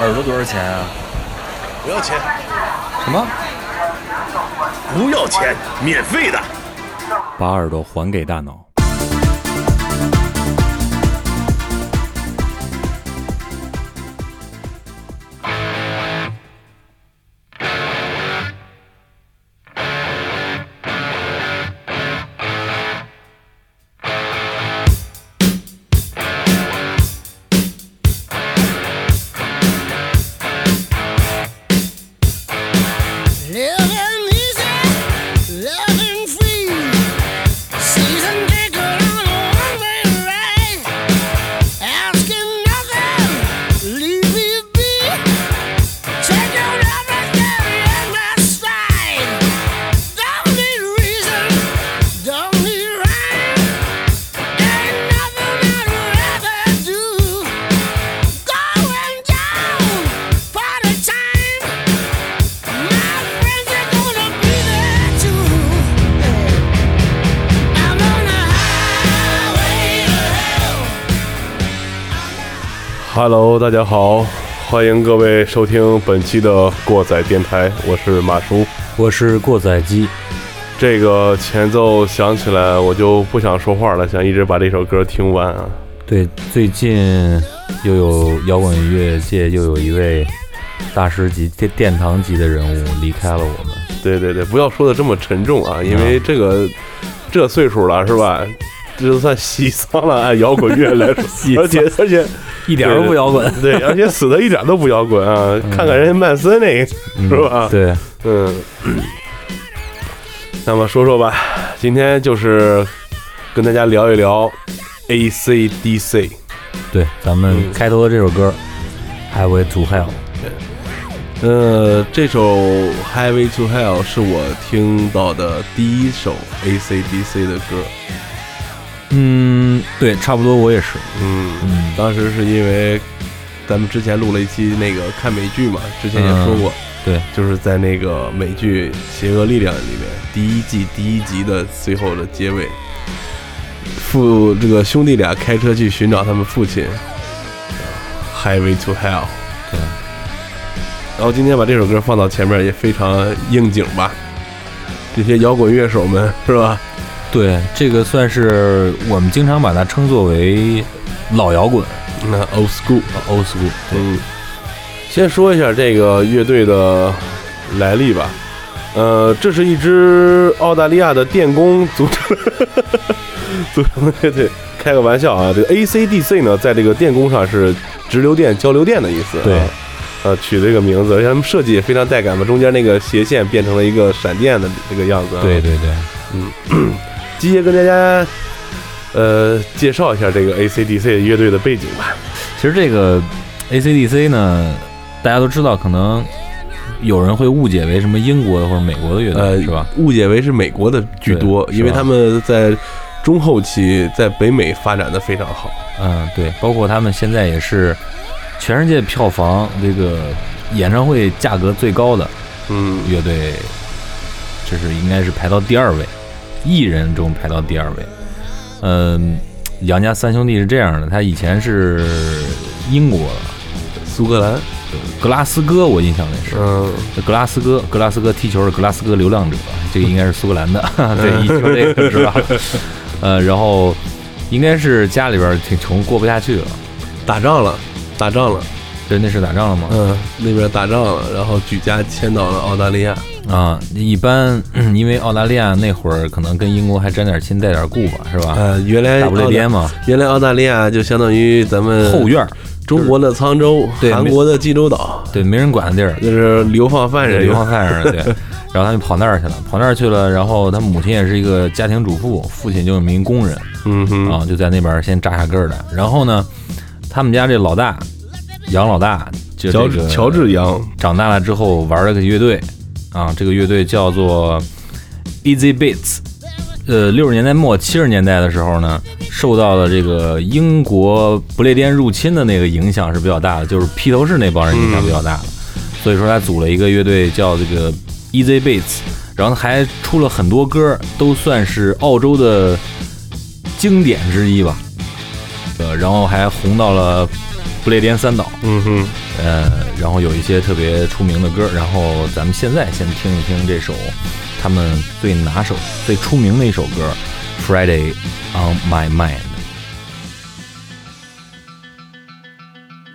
耳朵多少钱啊？不要钱，什么？不要钱，免费的。把耳朵还给大脑。 Living easy, living free. Season ticket on a one-way ride. Asking nothing, leave me be. Taking everything in my stride. Don't need reason, don't need rhyme. Ain't nothing I'd rather do. Going down, party time. My friends are gonna be there too. I'm on a highway to hell. Hello，大家好，欢迎各位收听本期的过载电台，我是马叔。我是过载机，这个前奏响起来，我就不想说话了，想一直把这首歌听完啊。对，最近又有摇滚乐界又有一位大师级、殿殿堂级的人物离开了我们。对对对，不要说的这么沉重啊，因为这个这岁数了是吧？这就算喜丧了，按摇滚乐来说，而且而且一点儿都都不不摇滚，对，而且死的一点都不摇滚啊！看看人家曼森那个，是吧？对，嗯， 那么说说吧，今天就是跟大家聊一聊 A C D C。对，咱们嗯开头的这首歌《Highway to Hell》，呃，这首《Highway to Hell》是我听到的第一首 A C D C 的歌。嗯，对，差不多我也是，嗯，嗯，当时是因为咱们之前录了一期那个看美剧嘛，之前也说过，嗯对，就是在那个美剧《邪恶力量》里面第一季第一集的最后的结尾，父这个兄弟俩开车去寻找他们父亲，Highway to Hell。对。然后今天把这首歌放到前面也非常应景吧，这些摇滚乐手们是吧？对，这个算是我们经常把它称作为老摇滚那 old school， （old school）。嗯，先说一下这个乐队的来历吧。呃，这是一支澳大利亚的电工组成 组成的乐队。开个玩笑啊，这个 ACDC 呢，在这个电工上是直流电、交流电的意思、对，呃，取这个名字，而且他们设计也非常带感嘛，中间那个斜线变成了一个闪电的这个样子、啊。对对对，基爷跟大家呃介绍一下这个 ACDC 乐队的背景吧。其实这个 AC/DC 呢，大家都知道，可能有人会误解为什么英国的或者美国的乐队、呃，是吧？？误解为是美国的居多，对因为是吧他们在中后期在北美发展的非常好。嗯，对，包括他们现在也是全世界票房这个演唱会价格最高的嗯，乐队，这是应该是排到第二位，艺人中排到第二位。嗯，杨家三兄弟是这样的，他以前是英国的苏格兰，格拉斯哥，我印象里是。嗯，这格拉斯哥，格拉斯哥踢球是格拉斯哥流浪者，这个应该是苏格兰的， 对，一说这个是吧？呃，然后应该是家里边儿挺穷，过不下去了。打仗了，打仗了，对，那是打仗了吗？嗯，那边打仗了，然后举家迁到了澳大利亚。啊，一般 嗯因为澳大利亚那会儿可能跟英国还沾点亲带点故吧，是吧？呃，原来打不列颠澳大嘛，原来澳大利亚就相当于咱们啊后院儿，中国的沧州，对韩国的济州岛，对，没人管的地儿，那是流放犯人，流放犯人，对。 然后他就跑那儿去了，跑那儿去了，然后他母亲也是一个家庭主妇，父亲就是名工人，嗯哼，啊，就在那边先扎下根儿来。然后呢，他们家这老大杨老大就乔这治个乔治杨，长大了之后玩了个乐队啊，这个乐队叫做 Easy Beats。呃，六十年代末七十年代的时候呢，受到了这个英国不列颠入侵的那个影响是比较大的，就是披头士那帮人影响比较大的，所以说他组了一个乐队叫这个 Easy Beats，然后还出了很多歌，都算是澳洲的经典之一吧。呃，然后还红到了不列颠三岛，嗯哼，呃，然后有一些特别出名的歌，然后咱们现在先听一听这首他们最拿手、最出名的一首歌《Friday on My Mind》。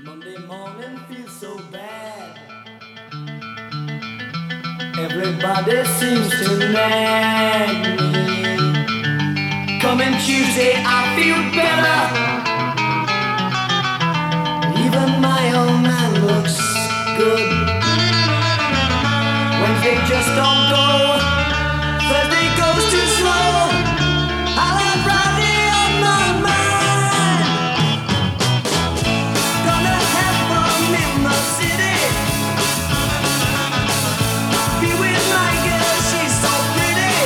Monday morning feels so bad. Everybody seems to nag me. Coming Tuesday, I feel better. Even my old man looks good. Wednesday just don't go. Thursday goes too slow. I'll have Friday on my mind. Gonna have fun in the city. Be with my girl, she's so pretty.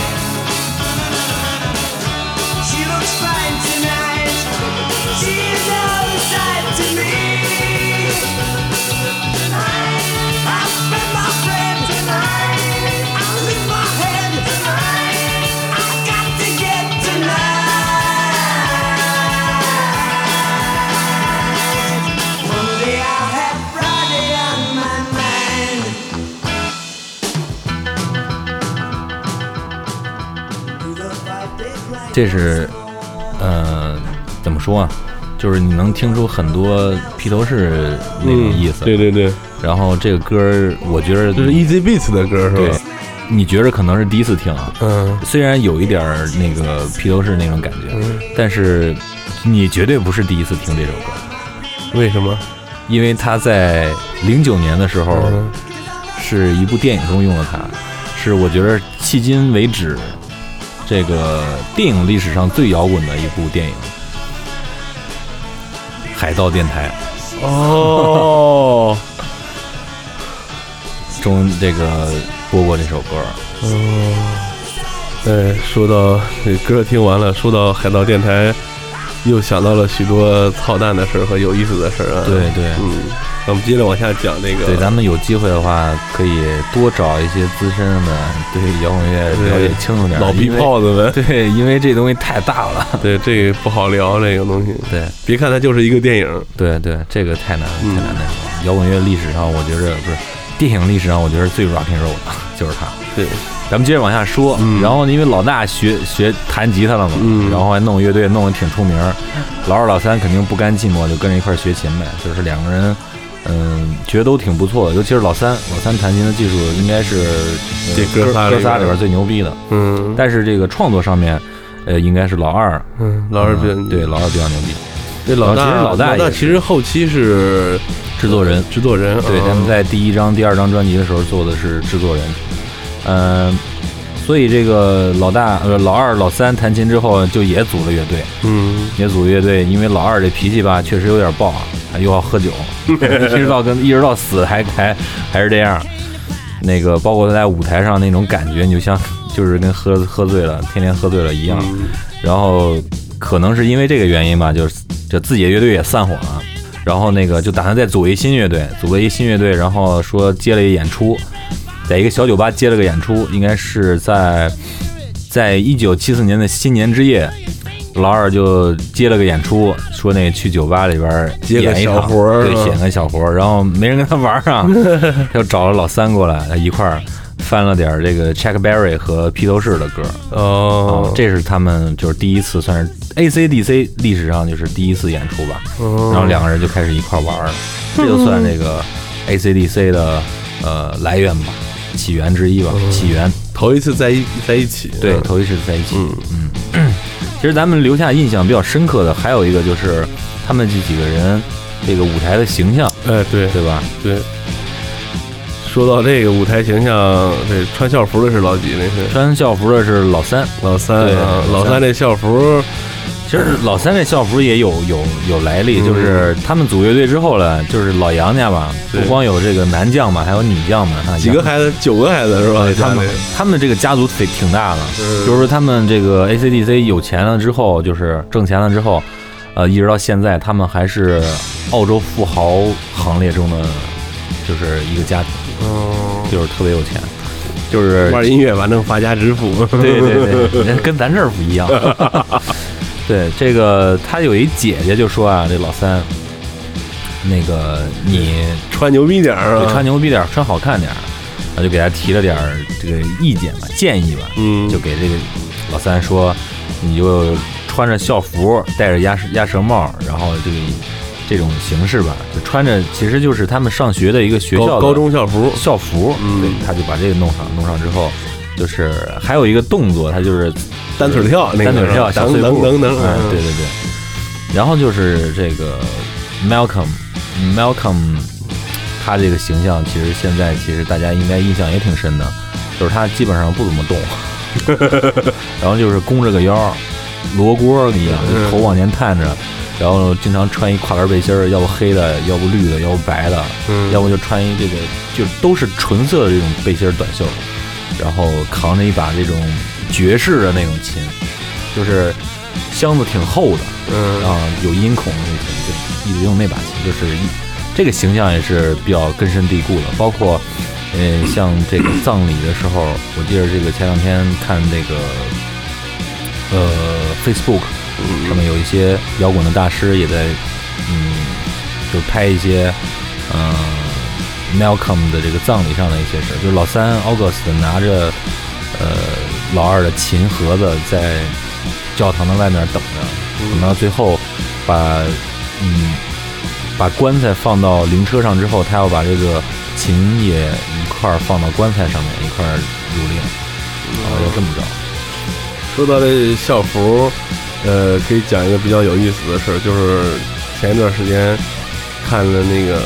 She looks fine tonight. She's outside to me. I spend my friend tonight. I lift my head tonight. I got to get tonight. Monday I had Friday on my mind. Do the five days right 这是，呃，怎么说啊？就是你能听出很多披头士那种嗯，意思。对对对，然后这个歌儿，我觉得这是 Easy Beats 的歌是对吧？，你觉着可能是第一次听啊，嗯，虽然有一点儿那个披头士那种感觉，啊但是你绝对不是第一次听这首歌，为什么？因为它在零九年的时候嗯是一部电影中用了它，是我觉得迄今为止这个电影历史上最摇滚的一部电影，《海盗电台 哦，》中这个播过这首歌。哎，说到这歌听完了，说到海盗电台，又想到了许多操蛋的事儿和有意思的事儿啊。对对嗯，那我们接着往下讲那个。对，咱们有机会的话，可以多找一些资深的对摇滚乐了解清楚点儿。老逼因为炮子们，对，因为这东西太大了。对这个不好聊这个东西。对别看它就是一个电影，对对，这个太难太嗯难那什么。摇滚乐历史上，我觉着不是电影历史上，我觉得最 rock and roll 的就是他。对，咱们接着往下说，嗯然后因为老大学学弹吉他了嘛，嗯然后还弄乐队，弄得挺出名儿。老二老三肯定不甘寂寞，就跟着一块儿学琴呗。就是两个人，嗯，觉得都挺不错的，尤其是老三，老三弹琴的技术应该是呃这哥哥仨里哥仨边里边最牛逼的。嗯但是这个创作上面，呃，应该是老二，嗯，老二比较嗯对老二比较牛逼。这老大其实老大大也是其实后期是制作人制作人，对，啊他们在第一张、第二张专辑的时候做的是制作人，嗯，所以这个老大呃老二老三弹琴之后就也组了乐队，嗯也组了乐队，因为老二这脾气吧确实有点暴，啊又要喝酒， 一直到跟一直到死还还还是这样，那个包括他在舞台上那种感觉，你就像就是跟喝喝醉了，天天喝醉了一样，然后可能是因为这个原因吧，就是就自己的乐队也散伙了，然后那个就打算再组一新乐队，组了一新乐队，然后说接了一演出，在一个小酒吧接了个演出，应该是在在一九七四年的新年之夜，老二就接了个演出，说那去酒吧里边儿接个演一小场活儿是对，吧演个小活儿，然后没人跟他玩儿 啊，他就找了老三过来一块儿。翻了点儿这个 Chuck Berry 和披头士的歌，哦哦，，这是他们就是第一次，算是 ACDC 历史上就是第一次演出吧。哦然后两个人就开始一块玩儿了，这就算这个嗯 ACDC 的呃来源吧，起源之一吧，起源。头一次在一在一起，对，嗯头一次在一起。嗯嗯， 其实咱们留下印象比较深刻的还有一个就是他们这几个人这个舞台的形象，哎对对吧？对。说到这个舞台形象，这穿校服的是老几？那是穿校服的是老三，老三对啊，老老三三这校服，其实老三这校服也有有有来历，嗯就是他们组乐队之后了，就是老杨家吧，不对光有这个男将嘛，还有女将嘛，啊几个孩子，九个孩子是吧？他们家里嗯他们这个家族挺挺大的，是就是说他们这个 ACDC 有钱了之后，就是挣钱了之后，呃，一直到现在，他们还是澳洲富豪行列中的就是一个家庭，哦，就是特别有钱，就是玩音乐反正发家致富，对对对， 跟咱这儿不一样。对，这个他有一姐姐就说啊，这老三那个你 穿牛逼点儿得啊，穿牛逼点儿，穿好看点儿，然后就给他提了点儿这个意见吧，建议吧，嗯就给这个老三说，你就穿着校服，戴着鸭舌鸭舌帽，然后这个这种形式吧，就穿着其实就是他们上学的一个学校高的高中校服，校服，嗯对，他就把这个弄上，弄上之后，就是还有一个动作，他就是单腿跳那个单腿跳是吧小碎步，能能能能哎嗯对对对。然后就是这个 Malcolm，Malcolm，他这个形象其实现在其实大家应该印象也挺深的，就是他基本上不怎 么动，然后就是弓着个腰，罗锅一样，嗯就头往前探着。然后经常穿一跨栏背心儿，要不黑的，要不绿的，要不白的，嗯要不就穿一这个，就都是纯色的这种背心儿短袖，然后扛着一把这种爵士的那种琴，就是箱子挺厚的嗯啊，有音孔的那种，就一直用那把琴，就是一这个形象也是比较根深蒂固的。包括，呃，像这个葬礼的时候，我记得这个前两天看这个，呃，Facebook 上面有一些摇滚的大师也在，嗯，就拍一些，嗯、Malcolm 的这个葬礼上的一些事，就是老三 August 拿着呃老二的琴盒子在教堂的外面等着，等到最后把嗯把棺材放到灵车上之后，他要把这个琴也一块儿放到棺材上面一块儿入殓，然后就这么着。说到这校服，呃，可以讲一个比较有意思的事儿，就是前一段时间看了那个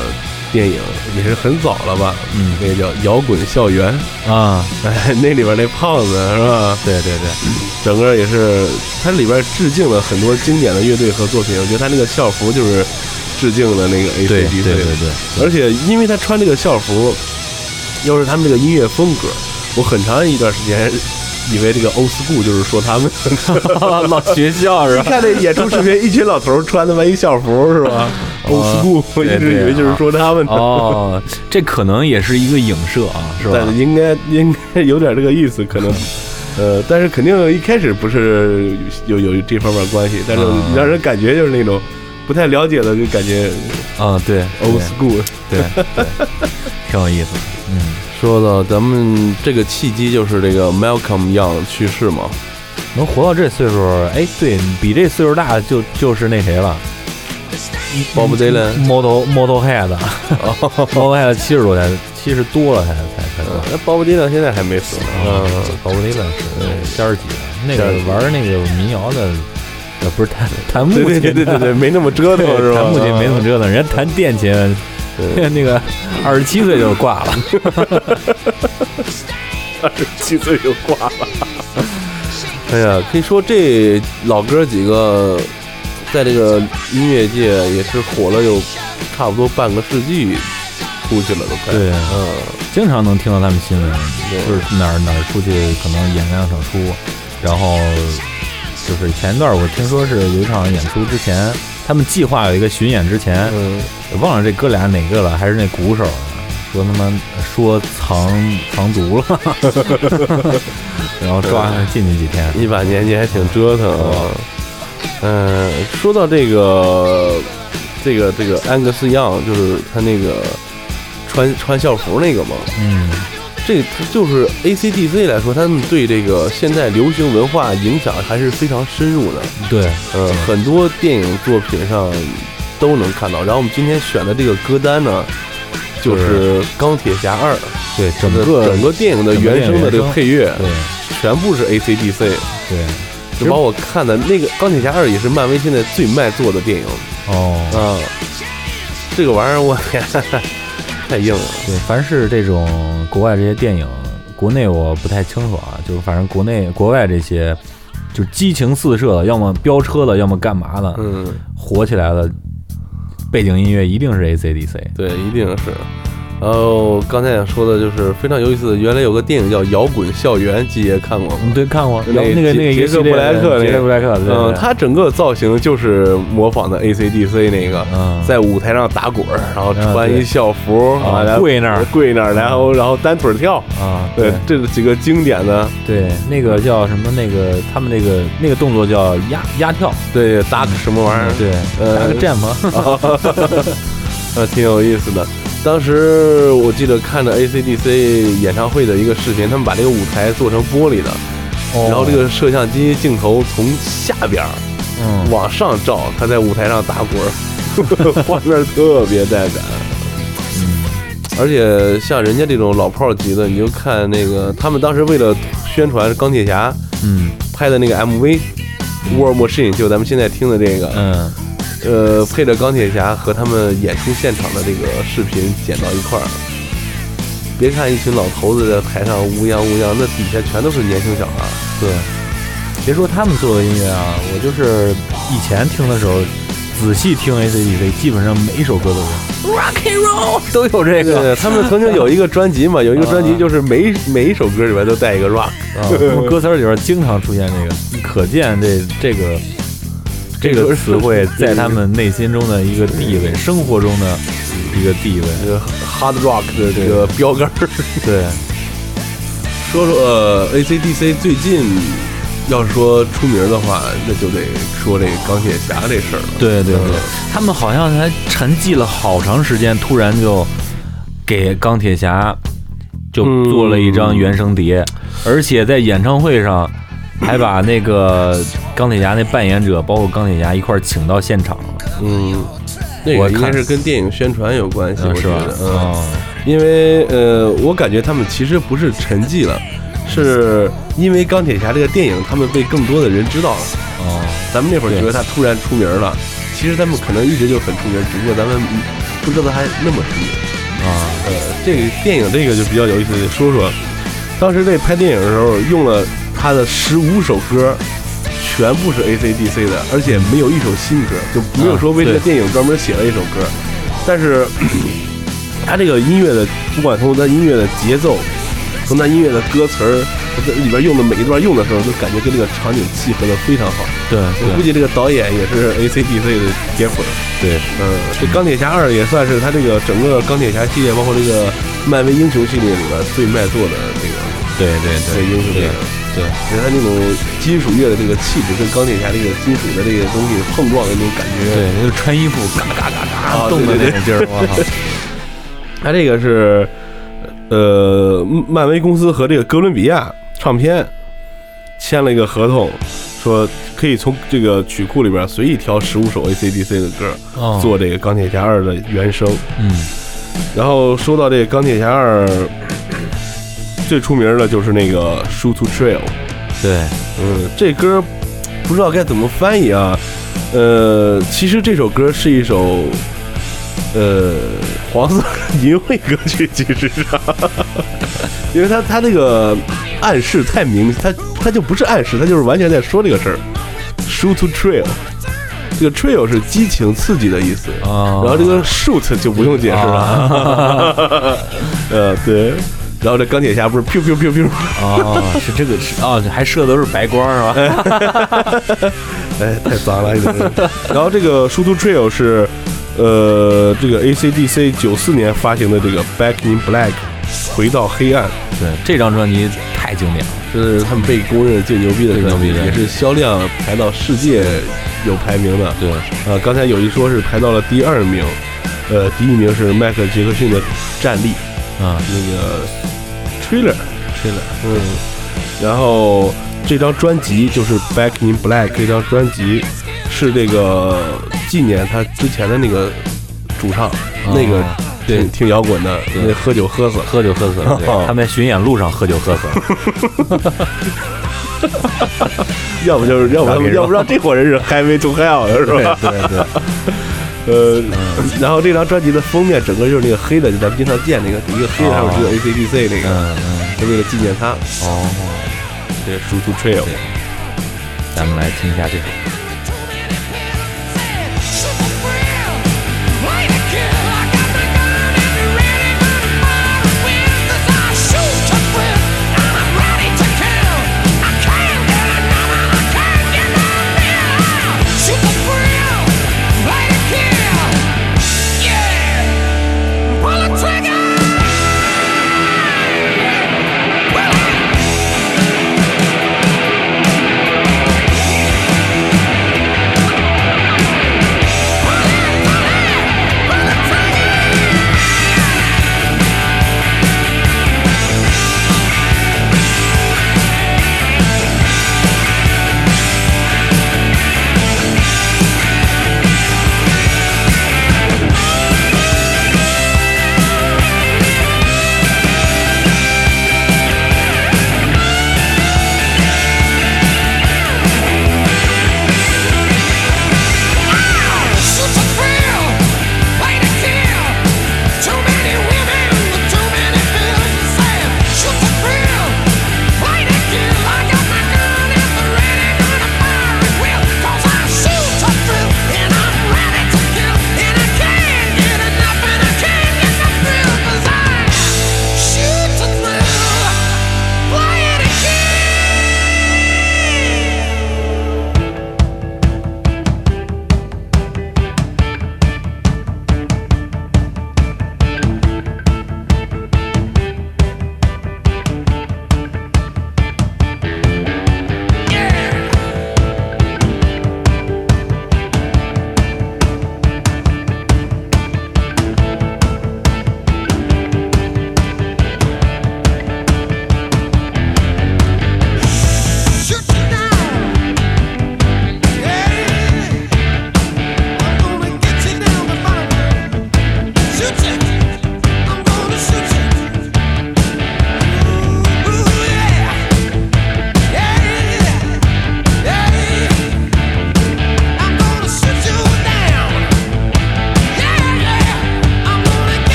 电影，也是很早了吧，嗯那个叫《摇滚校园》，啊，哎，那里边那胖子是吧？对对对，整个也是，它里边致敬了很多经典的乐队和作品，我觉得他那个校服就是致敬了那个 AC/DC，对对对对，而且因为他穿这个校服，又是他们这个音乐风格，我很长一段时间以为这个 old school 就是说他 们。 老学校是一？看那演出视频，一群老头儿穿他妈一校服是 吧？old school，我一直以为啊就是说他们呢。哦，这可能也是一个影射啊，是吧但？是应该 应该有点这个意思，可 能，呃，但是肯定一开始不是有有有这方面关系，但是嗯让人感觉就是那种不太了解的，就感觉啊，对 old school。对对对，挺有意思的。嗯，说到咱们这个契机，就是这个 Malcolm Young 去世嘛，能活到这岁数，哎，对比这岁数大就就是那谁了鲍勃 Dylan， ，Model Model Head，Model Head 七十多才七十多了才才才多。那鲍勃哎 Dylan 现在还没死呢。嗯，鲍勃迪伦是仙儿级的，那个玩那个民谣的，呃，不是弹弹木对琴对的，对对对对，没那么折腾是吧？弹木琴没怎么折腾，人家弹电琴，那个二十七岁就挂了。七岁就挂了。哎呀，可以说这老哥几个在这个音乐界也是火了有差不多半个世纪出去了都快。对嗯，经常能听到他们新闻，就是哪儿哪儿出去可能演两场出，然后就是前一段我听说是有一场演出之前，他们计划有一个巡演之前，嗯忘了这哥俩哪个了，还是那鼓手啊说他妈呃说藏藏毒了，然后抓进去几天。一把年纪还挺折腾啊。嗯，说到这个，这个这个安格斯样，就是他那个穿穿校服那个嘛，嗯，这就是 AC/DC 来说，他们对这个现代流行文化影响还是非常深入的。对，呃，很多电影作品上都能看到。然后我们今天选的这个歌单呢，就是《钢铁侠二》对，整的个整个电影的原声的这个配乐，对全部是 AC/DC，对就把我看的那个《钢铁侠二》也是漫威现在最卖座的电影哦，啊。这个玩意儿我 太硬了，对，凡是这种国外这些电影，国内我不太清楚啊，就是反正国内国外这些。就是激情四射的，要么飙车的，要么干嘛的，嗯。火起来了，背景音乐一定是 A C D C。对，一定是。然后刚才想说的就是非常有意思，原来有个电影叫《摇滚校园》，季爷嗯看过你吗？对看过那个那杰个那个一杰个克系列布莱克的那杰个克布莱克，对对嗯，对他整个造型就是模仿的 AC/DC 那个，嗯在舞台上打滚儿，然后嗯穿一对校服啊然后跪那儿跪那儿，然后然后单腿跳。啊，对，这几个经典的，对，那个叫什么？那个他们那个那个动作叫压压跳，嗯对，打什么玩意儿？对，呃打个 jump， 呃，挺有意思的。当时我记得看着 AC/DC 演唱会的一个视频，他们把这个舞台做成玻璃的， 哦然后这个摄像机镜头从下边儿嗯，往上照，他在舞台上打滚儿， 画面特别带感。而且像人家这种老炮儿级的，你就看那个他们当时为了宣传钢铁侠嗯拍的那个 MV《War Machine》，就咱们现在听的这个，嗯，呃，配着钢铁侠和他们演出现场的这个视频剪到一块儿。别看一群老头子在台上乌泱乌泱，那底下全都是年轻小孩儿。对。别说他们做的音乐啊，我就是以前听的时候，仔细听 AC/DC，基本上每一首歌都有 rock and roll 都有这对 个。对，他们曾经有一个专辑 嘛，有一个专辑就是每每一首歌里边都带一个 rock。啊，他们歌词儿里边经常出现这个，可见这这个这个词汇在他们内心中的一个地位，生活中的一个地位。这个呃 hard rock 的这个标杆儿。对， 说说呃 AC/DC 最近要说出名的话，那就得说这钢铁侠这事儿了。对对对嗯，他们好像还沉寂了好长时间，突然就给钢铁侠就做了一张原声碟，而且在演唱会上还把那个钢铁侠那扮演者，包括钢铁侠一块儿请到现场，嗯，那个我看应该是跟电影宣传有关系，嗯我是觉吧得？，嗯，哦，因为呃，我感觉他们其实不是沉寂了，是因为钢铁侠这个电影，他们被更多的人知道了。哦，咱们那会儿对觉得他突然出名了，其实他们可能一直就很出名，只不过咱们不知道他那么出名。啊。呃，这个电影这个就比较有意思，说说当时这拍电影的时候用了他的十五首歌，全部是 AC/DC 的，而且没有一首新歌，就没有说为这个啊电影专门写了一首歌。但是 他这个音乐的，不管从他音乐的节奏，从他音乐的歌词儿，他里边用的每一段用的时候，都感觉跟这个场景契合的非常好。对我估对计这个导演也是 AC/DC 的铁粉。对，嗯，这钢铁侠二也算是他这个整个钢铁侠系列，包括这个漫威英雄系列里边最卖座的这个对对这对个英雄对电影。对，觉得他那种金属乐的这个气质，跟钢铁侠这个金属的这个东西碰撞的那种感觉。对，就穿衣服嘎嘎嘎嘎啊动的那对对种劲儿，我操！他这个是呃，漫威公司和这个哥伦比亚唱片签了一个合同，说可以从这个曲库里边随意挑十五首 AC/DC 的歌，哦做这个钢铁侠二的原声。嗯然后说到这钢铁侠二，最出名的就是那个《Shoot to Trail》。对，嗯，这歌不知道该怎么翻译啊。呃，其实这首歌是一首呃黄色淫秽歌曲，其实是， 因为它它这个暗示太明，它它就不是暗示，它就是完全在说这个事儿。Shoot to Trail，这个 Trail 是激情刺激的意思。哦然后这个 shoot 就不用解释了， 呃，对，然后这钢铁侠不是 biu biu biu biu，哦，是这个是哦，还射的都是白光儿是吧？哎，太脏了一点。然后这个《殊途 Trail》是，呃，这个 AC/DC 九四年发行的这个《Back in Black》，回到黑暗，对，这张专辑太经典了。这是他们被公认最牛逼的最牛专辑，逼的也是销量排到世界有排名的。对，呃，刚才有一说是排到了第二名，呃，第一名是迈克尔·杰克逊的《战力》。嗯，那个 trailer trailer，嗯，然后这张专辑就是《Back in Black》这张专辑是这个纪念他之前的那个主唱，那个啊对挺挺摇滚的，那喝酒喝死了。喝酒喝死了， 对哦他们在巡演路上喝酒 喝死了。要不就是要不让别人要不让这伙人是 Highway to Hell 是对吧？对对，呃，然后这张专辑的封面整个就是那个黑的，就咱们经常见那个一个黑的，还有这个 ACDC 那个，嗯嗯，就为了纪念他。哦，这个《Shoot to Trail》咱们来听一下这首。 Trigger! Well, I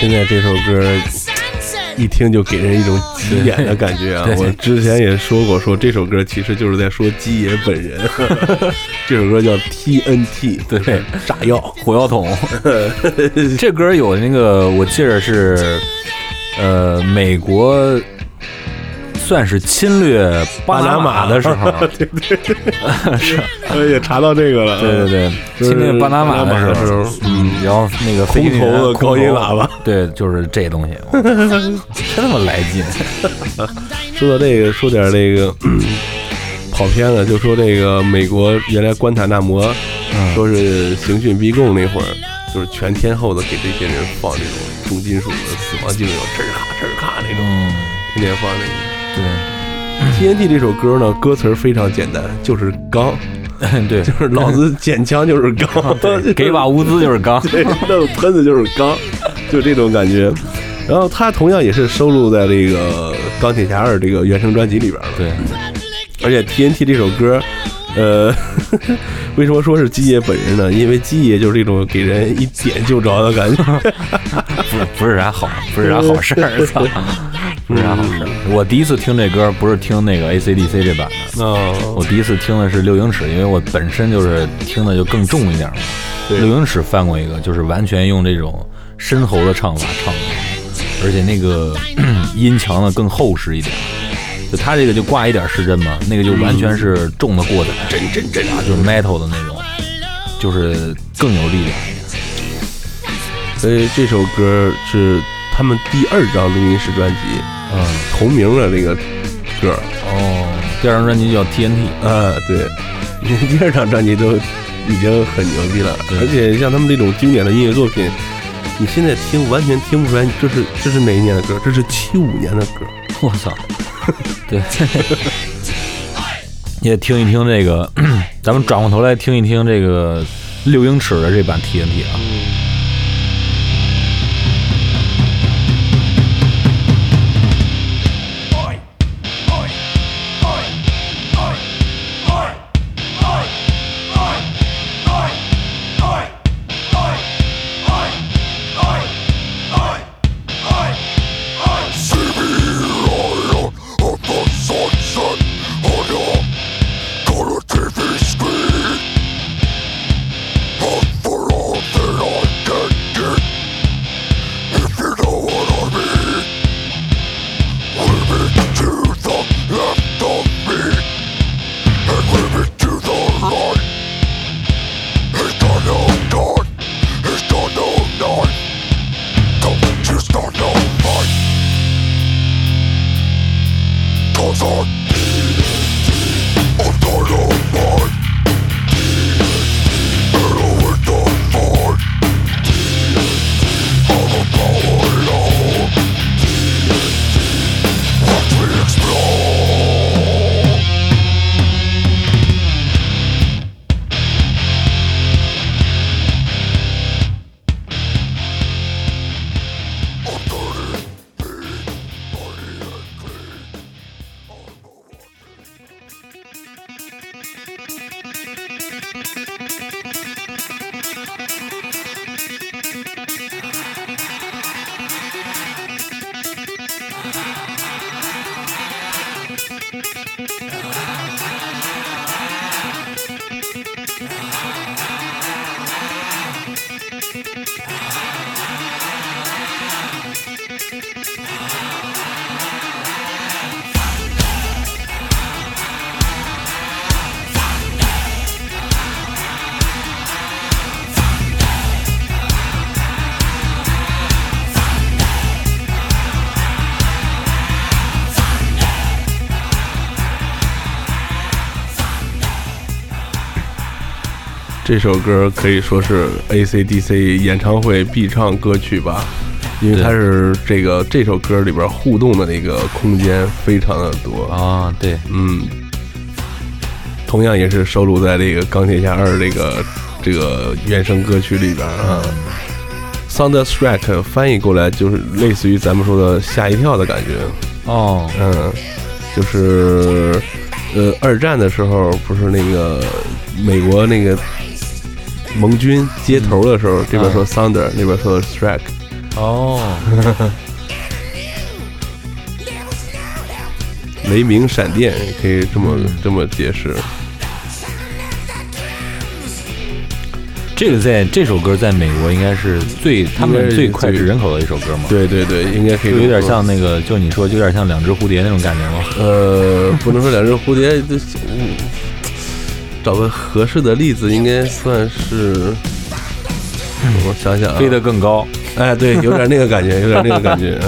现在这首歌一听就给人一种急眼的感觉啊！对我之前也说过，说这首歌其实就是在说鸡爷本 人。这首歌叫 TNT，对就是炸药。火药桶。 这歌有那个，我记着是，呃，美国算是侵略巴拿马的时 候，对哎，也查到这个了。对对，就是侵略巴拿马的巴拿马的候时候，嗯，然后那个飞行空投员的高音喇叭，对，就是这东西， 我真他妈来劲， 说到这个，说点这个嗯跑偏了，就说这个美国原来关塔那摩，嗯说是刑讯逼供那会儿，就是全天候的给这些人放这种重金属的死亡金属，吱儿咔吱儿咔那种，嗯，天天放这个。对 TNT 这首歌呢，歌词儿非常简单，就是钢，对，啊就是老子捡枪就是钢，给把物资就是刚， 对，那种喷子就是钢，就这种感觉。然后它同样也是收录在这个《钢铁侠二》这个原声专辑里边了。对，而且 TNT 这首歌，呃， 为什么说是基爷本人呢？因为基爷就是这种给人一点就着的感觉。不不是啥好，不是啥好事儿，操，不是啥好事儿。嗯我第一次听这歌不是听那个 AC/DC 这版的，哦，我第一次听的是六英尺，因为我本身就是听的就更重一点儿嘛。对六英尺翻过一个，就是完全用这种深喉的唱法唱的，而且那个 音强呢更厚实一点。就他这个就挂一点失真嘛，那个就完全是重的过载，真真真啊，就是 metal 的那种，就是更有力量一点。所以这首歌是他们第二张录音室专辑嗯，同名的那个歌。哦，第二张专辑叫 TNT，啊，对，第二张专辑都已经很牛逼了，对而且像他们这种经典的音乐作品，你现在听完全听不出来这是这是哪一年的歌，这是七五年的歌。我操， 对，也听一听这个， 咱们转过头来听一听这个六英尺的这版 TNT 啊。这首歌可以说是 AC/DC 演唱会必唱歌曲吧，因为它是这个这首歌里边互动的那个空间非常的多，啊，对，嗯，同样也是收录在这个《钢铁侠二》这个这个原声歌曲里边啊。Soundtrack 翻译过来就是类似于咱们说的吓一跳的感觉，哦，嗯，就是呃，二战的时候不是那个美国那啊个盟军接头的时候，这边说 thunder，那边说 strike，哦，雷鸣闪电，也可以这么这么解释。这个在这首歌在美国应该是最他们最脍炙人口的一首歌嘛，对对对，应该可以。就有点像，那个，就你说就有点像两只蝴蝶那种感觉吗？呃，不能说两只蝴蝶，这嗯找个合适的例子，应该算是。我想想啊，飞得更高，哎，对，有点那个感觉，有点那个感觉，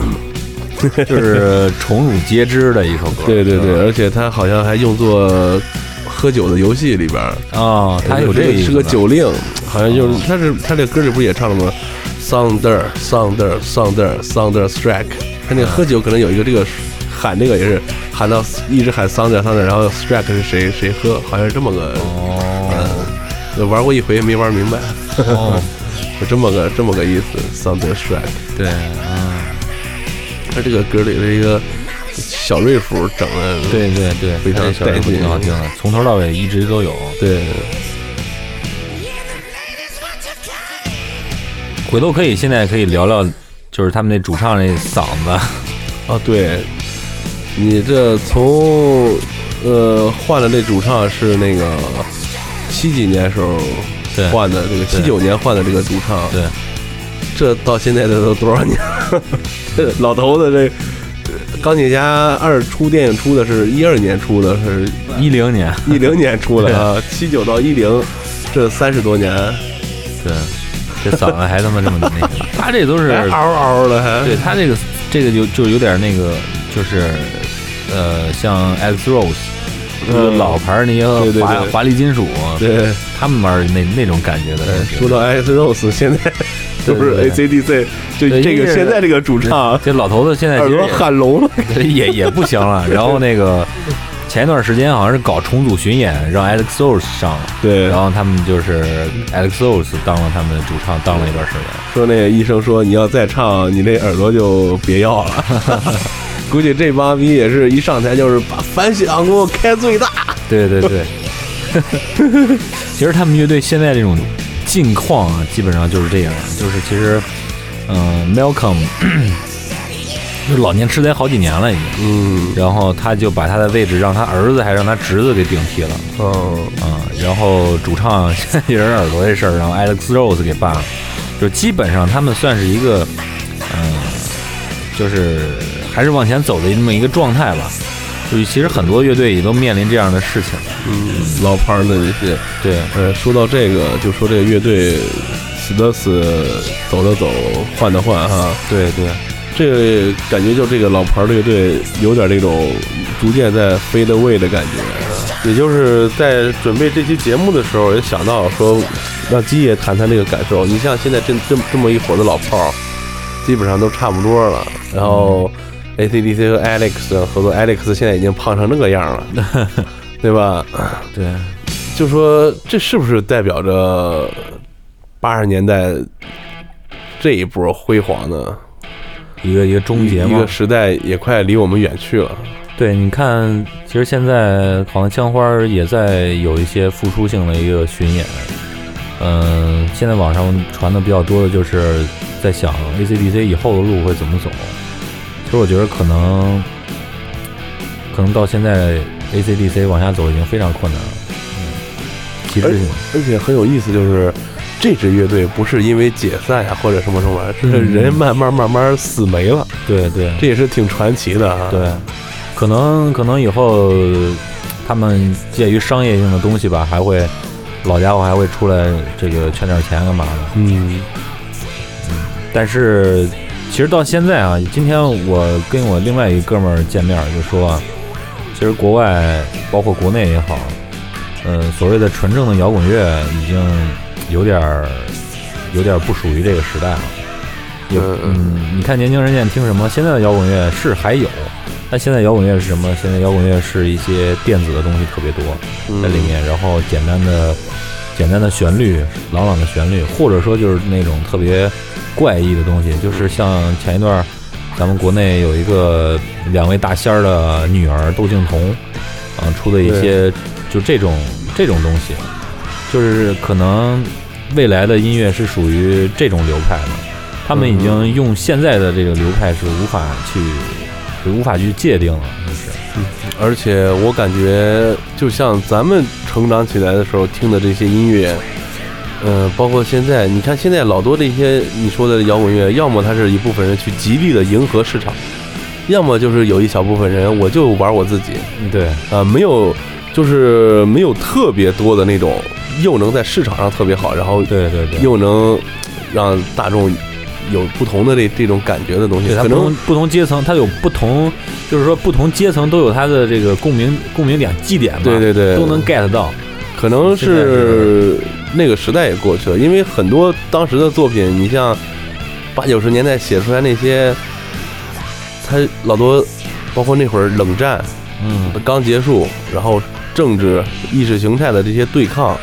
嗯，就是宠辱皆知的一首歌。对对对，而且它好像还用作喝酒的游戏里边儿，哦，他有这这意思是个呢酒令，嗯好像就是他是他这歌里不是也唱了吗？Thunder, thunder, thunder, thunder strike。他那个喝酒可能有一个这个喊这个也是喊到一直喊 thunder thunder，然后 strike 是谁谁喝，好像是这么个。呃玩过一回没玩明白， 哦，有这么个这么个意思，thunder strike。对，嗯，他这个歌里的一个小瑞夫整的，对对对，非常他这小人带劲挺好听的，从头到尾一直都有。对，回头可以现在可以聊聊，就是他们那主唱那嗓子， 啊，对，你这从呃换的那主唱是那个七几年时候对换的，这个七九年换的这个主唱，对，这到现在这都多少年了？ 这老头子这《钢铁侠二》出电影出的是一二年出的，是一零年，一零年出的啊，七九到一零，这三十多年，对，这嗓子还他妈这么那个， 他这都是还嗷嗷的还。对他这个这个就就有点那个，就是呃，像 X Rose，就是嗯老牌儿那些华对对对华丽金属，对，他们玩儿那那种感觉的哎人是，说到 X Rose，现在 对都是对 A C D C，就对这一个是现在这个主唱这老头子现在啊 耳其朵实喊聋了。也也也不行了。然后那个前一段时间好像是搞重组巡演，让 Alex Rose 上了，对然后他们就是 Alex Rose 当了他们的主唱，当了一段时间。说那个医生说你要再唱，你这耳朵就别要了。 估计这帮逼也是一上台就是把反响给我开最大。对 对对，其实他们乐队现在这种近况啊，基本上就是这样，就是其实，嗯、m a l c o l m 就是老年痴呆好几年了已经，嗯然后他就把他的位置让他儿子还让他侄子给顶替了。哦，啊、然后主唱 现在一人耳朵这事儿，然后 Alex Rose 给办了，就基本上他们算是一个，嗯、就是还是往前走的这么一个状态吧。就是其实很多乐队也都面临这样的事情，嗯，老牌儿的这些。对，呃，说到这个，就说这个乐队死的死，走的走，换的换哈。对对，这感觉就这个老牌儿乐队有点那种逐渐在 fade away 的感觉，也就是在准备这期节目的时候也想到说，让鸡爷谈谈这个感受。你像现在这这这么一伙子老炮儿，基本上都差不多了，然后 ACDC 和 Alex 合作，Alex 现在已经胖成那个样 了，对吧？对，就说这是不是代表着八十年代这一波辉煌呢？一个一个终结一嘛个。时代也快离我们远去了。对，你看，其实现在好像枪花儿也在有一些复出性的一个巡演，嗯、现在网上传的比较多的就是在想 ACDC 以后的路会怎么走。其实我觉得可能，可能到现在 ACDC 往下走已经非常困难了。嗯，旗帜性，而且很有意思，就是这支乐队不是因为解散呀、或者什么什么玩意儿，是嗯人慢慢慢慢死没了，对对这也是挺传奇的啊。对，可能可能以后他们介于商业性的东西吧，还会老家伙还会出来这个圈点钱干嘛的。嗯，但是其实到现在啊，今天我跟我另外一个哥们儿见面儿就说啊，其实国外包括国内也好，嗯、所谓的纯正的摇滚乐已经有点儿有点儿不属于这个时代了。有嗯嗯，你看年轻人现在听什么？现在的摇滚乐是还有，但现在摇滚乐是什么？现在摇滚乐是一些电子的东西特别多在里嗯面，然后简单的简单的旋律，朗朗的旋律，或者说就是那种特别怪异的东西，就是像前一段儿咱们国内有一个两位大仙儿的女儿窦靖童呃啊出的一些就这种这种东西，就是可能未来的音乐是属于这种流派的，他们已经用现在的这个流派是无法去，是无法去界定了，就是而且我感觉，就像咱们成长起来的时候听的这些音乐，呃，包括现在，你看现在老多这些你说的摇滚乐，要么它是一部分人去极力的迎合市场，要么就是有一小部分人我就玩我自己，对，啊，没有，就是没有特别多的那种，又能在市场上特别好，然后对对对，又能让大众有不同的这这种感觉的东西，对它可不能同不同阶层，它有不同，就是说不同阶层都有它的这个共鸣共鸣点基点嘛，对对对都能 get 到，可能是呃那个时代也过去了，因为很多当时的作品，你像八九十年代写出来那些，他老多，包括那会儿冷战呃嗯，刚结束，然后政治意识形态的这些对抗，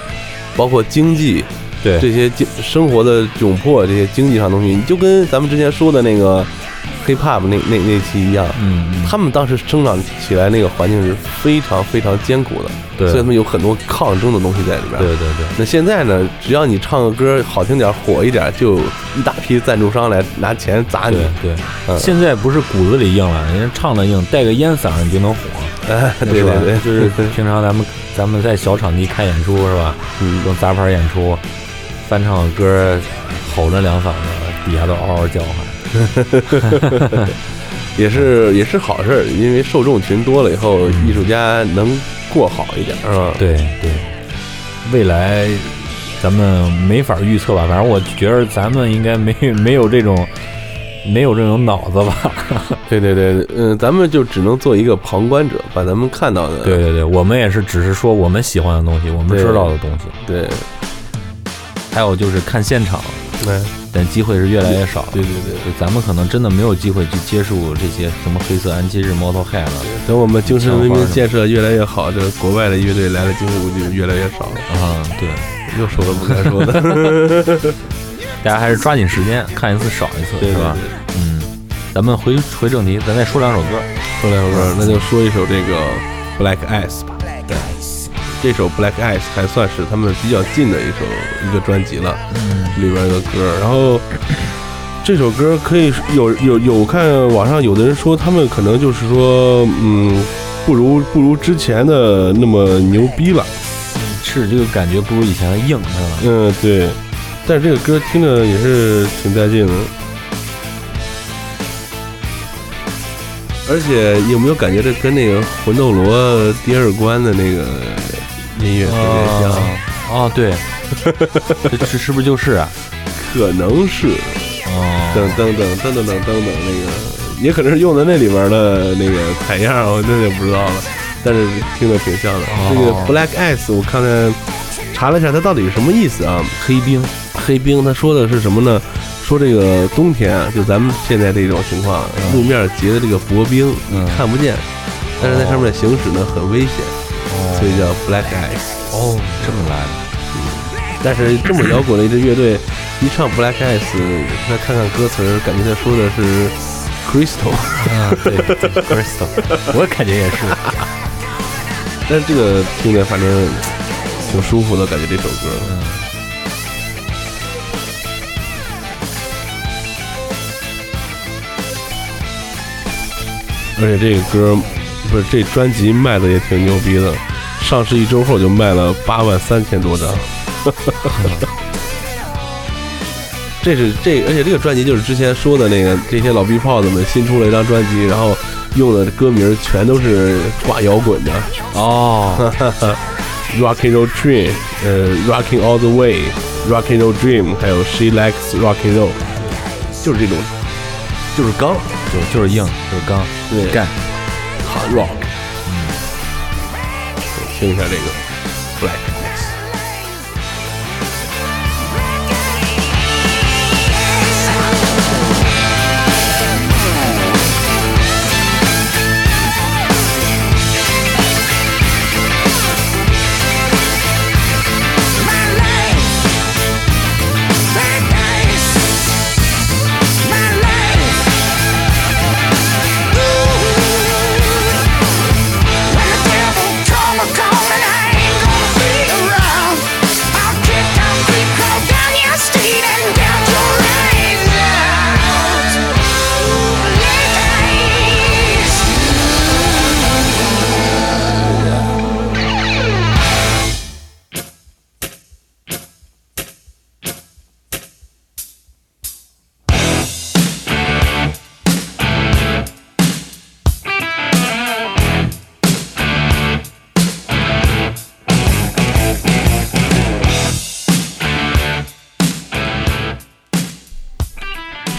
包括经济对，这些经生活的窘迫，这些经济上的东西，你就跟咱们之前说的那个 hip hop 那那那期一样，嗯，嗯他们当时生长起来那个环境是非常非常艰苦的，对所以他们有很多抗争的东西在里边。对对对，那现在呢，只要你唱个歌好听点、火一点，就有一大批赞助商来拿钱砸你对。对，嗯现在不是骨子里硬了，人家唱的硬，带个烟嗓儿你就能火，哎， 对是吧对对，就是平常咱们咱们在小场地看演出是吧？嗯这种杂牌演出，翻唱个歌，吼着两嗓子，底下都嗷嗷叫唤。也是也是好事儿，因为受众群多了以后，艺术家能过好一点，是吧？对对，未来咱们没法预测吧？反正我觉得咱们应该没 没有这种没有这种脑子吧？对对对，嗯、咱们就只能做一个旁观者，把咱们看到的， 对对对，我们也是只是说我们喜欢的东西，我们对知道的东西。对，还有就是看现场，哎，但机会是越来越少了。对对对，就咱们可能真的没有机会去接触这些什么黑色安息日、猫头害了。等我们精神文明建设越来越好，这国外的乐队来了之后就越来越少了，啊，对，又说了不该说 的，大家还是抓紧时间看一次少一次，对是吧？对对嗯，咱们回回正题，咱再说两首歌。说两首歌，那就说一首这个 Black Eyes 吧。对，这首 Black Eyes 还算是他们比较近的一首一个专辑了，里边的歌。然后这首歌可以有有有看网上有的人说他们可能就是说，嗯，不如不如之前的那么牛逼了。是这个感觉不如以前的硬，是吧？嗯，对。但是这个歌听着也是挺带劲的。而且有没有感觉这跟那个《魂斗罗》第二关的那个音乐啊特别像？哦，对，这是是不是就是啊？可能是哦，等等等等等等等等那个，也可能是用的那里面的那个采样，我那就不知道了。但是听着挺像的。哦这个 Black Eyes，我看看查了一下，它到底是什么意思啊？黑冰，黑冰他说的是什么呢？说这个冬天啊，就咱们现在这种情况，路面结的这个薄冰，嗯你看不见，但是在上面行驶呢很危险，所以叫 black ice。哦，这么来的，但是这么摇滚的一支乐队，一唱 black ice，再看看歌词儿，感觉他说的是 crystal，啊，对，Crystal，我 感觉也是，但是这个听着反正挺舒服的感觉，这首歌。而且这个歌不是这专辑卖的也挺牛逼的，上市一周后就卖了八万三千多张。 这是这，而且这个专辑就是之前说的那个，这些老逼炮子们新出了一张专辑，然后用的歌名全都是挂摇滚的哦， ，Rockin' Roll Train，呃，Rockin' All the Way，Rockin' Roll Dream，还有 She Likes Rockin' Roll，就是这种，就是刚，就就是硬，就是刚，对干， hard rock。听一下这个 Black Eyes。 When the devil come a calling, I ain't gonna feel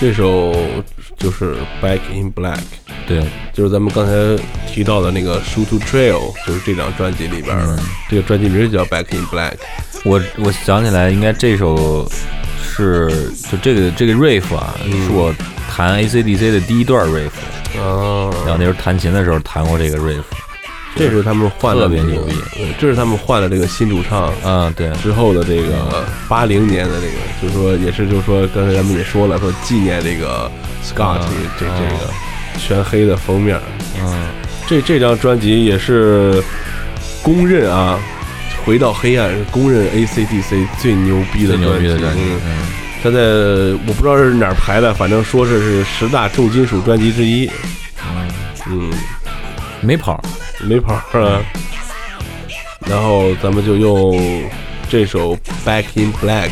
这首就是《Back in Black》，对，就是咱们刚才提到的那个《Shoot to Trail》，就是这张专辑里边嗯的。这个专辑名叫《Back in Black》，我我想起来，应该这首是就这个这个 riff 啊，是我弹 AC/DC 的第一段 riff，啊，然后那时候弹琴的时候弹过这个 riff，这是他们换的特别这个牛逼对这是他们换的这个新主唱嗯，对，之后的这个八零年的这个，就是说也是就是说刚才咱们也说了，说纪念这个 Scott 啊这这啊这个全黑的封面，嗯，这这张专辑也是公认啊，回到黑暗是公认 AC/DC 最牛逼的最牛逼的专专辑，嗯嗯，他在我不知道是哪儿排的，反正说是是十大重金属专辑之一。嗯，没跑，没跑啊。然后咱们就用这首《Back in Black》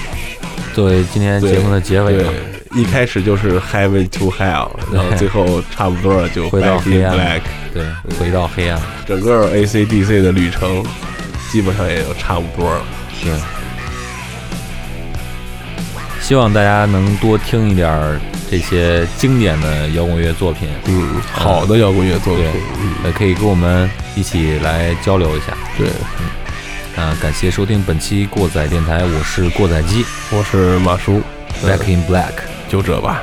作为今天对节目的结尾吧，对，一开始就是 Heaven to Hell，然后最后差不多就回 Back 到黑 in 暗 Black，对，回到黑暗，整个 AC/DC 的旅程基本上也就差不多了。对。希望大家能多听一点儿这些经典的摇滚乐作品，嗯，好的摇滚乐作品对，嗯，呃，可以跟我们一起来交流一下。对，啊、感谢收听本期过载电台，我是过载机我是马叔， ，Back in Black。九者吧。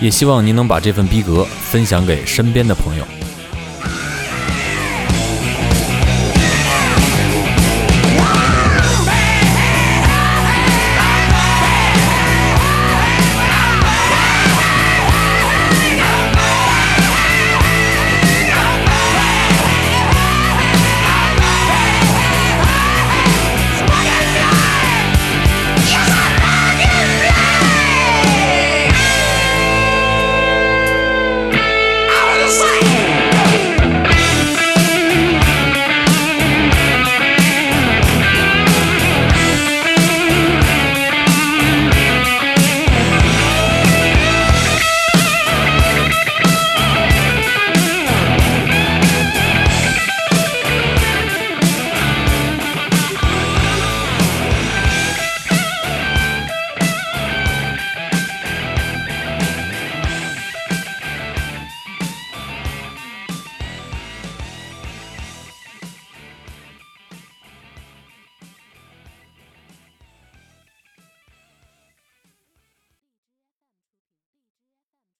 也希望您能把这份逼格分享给身边的朋友。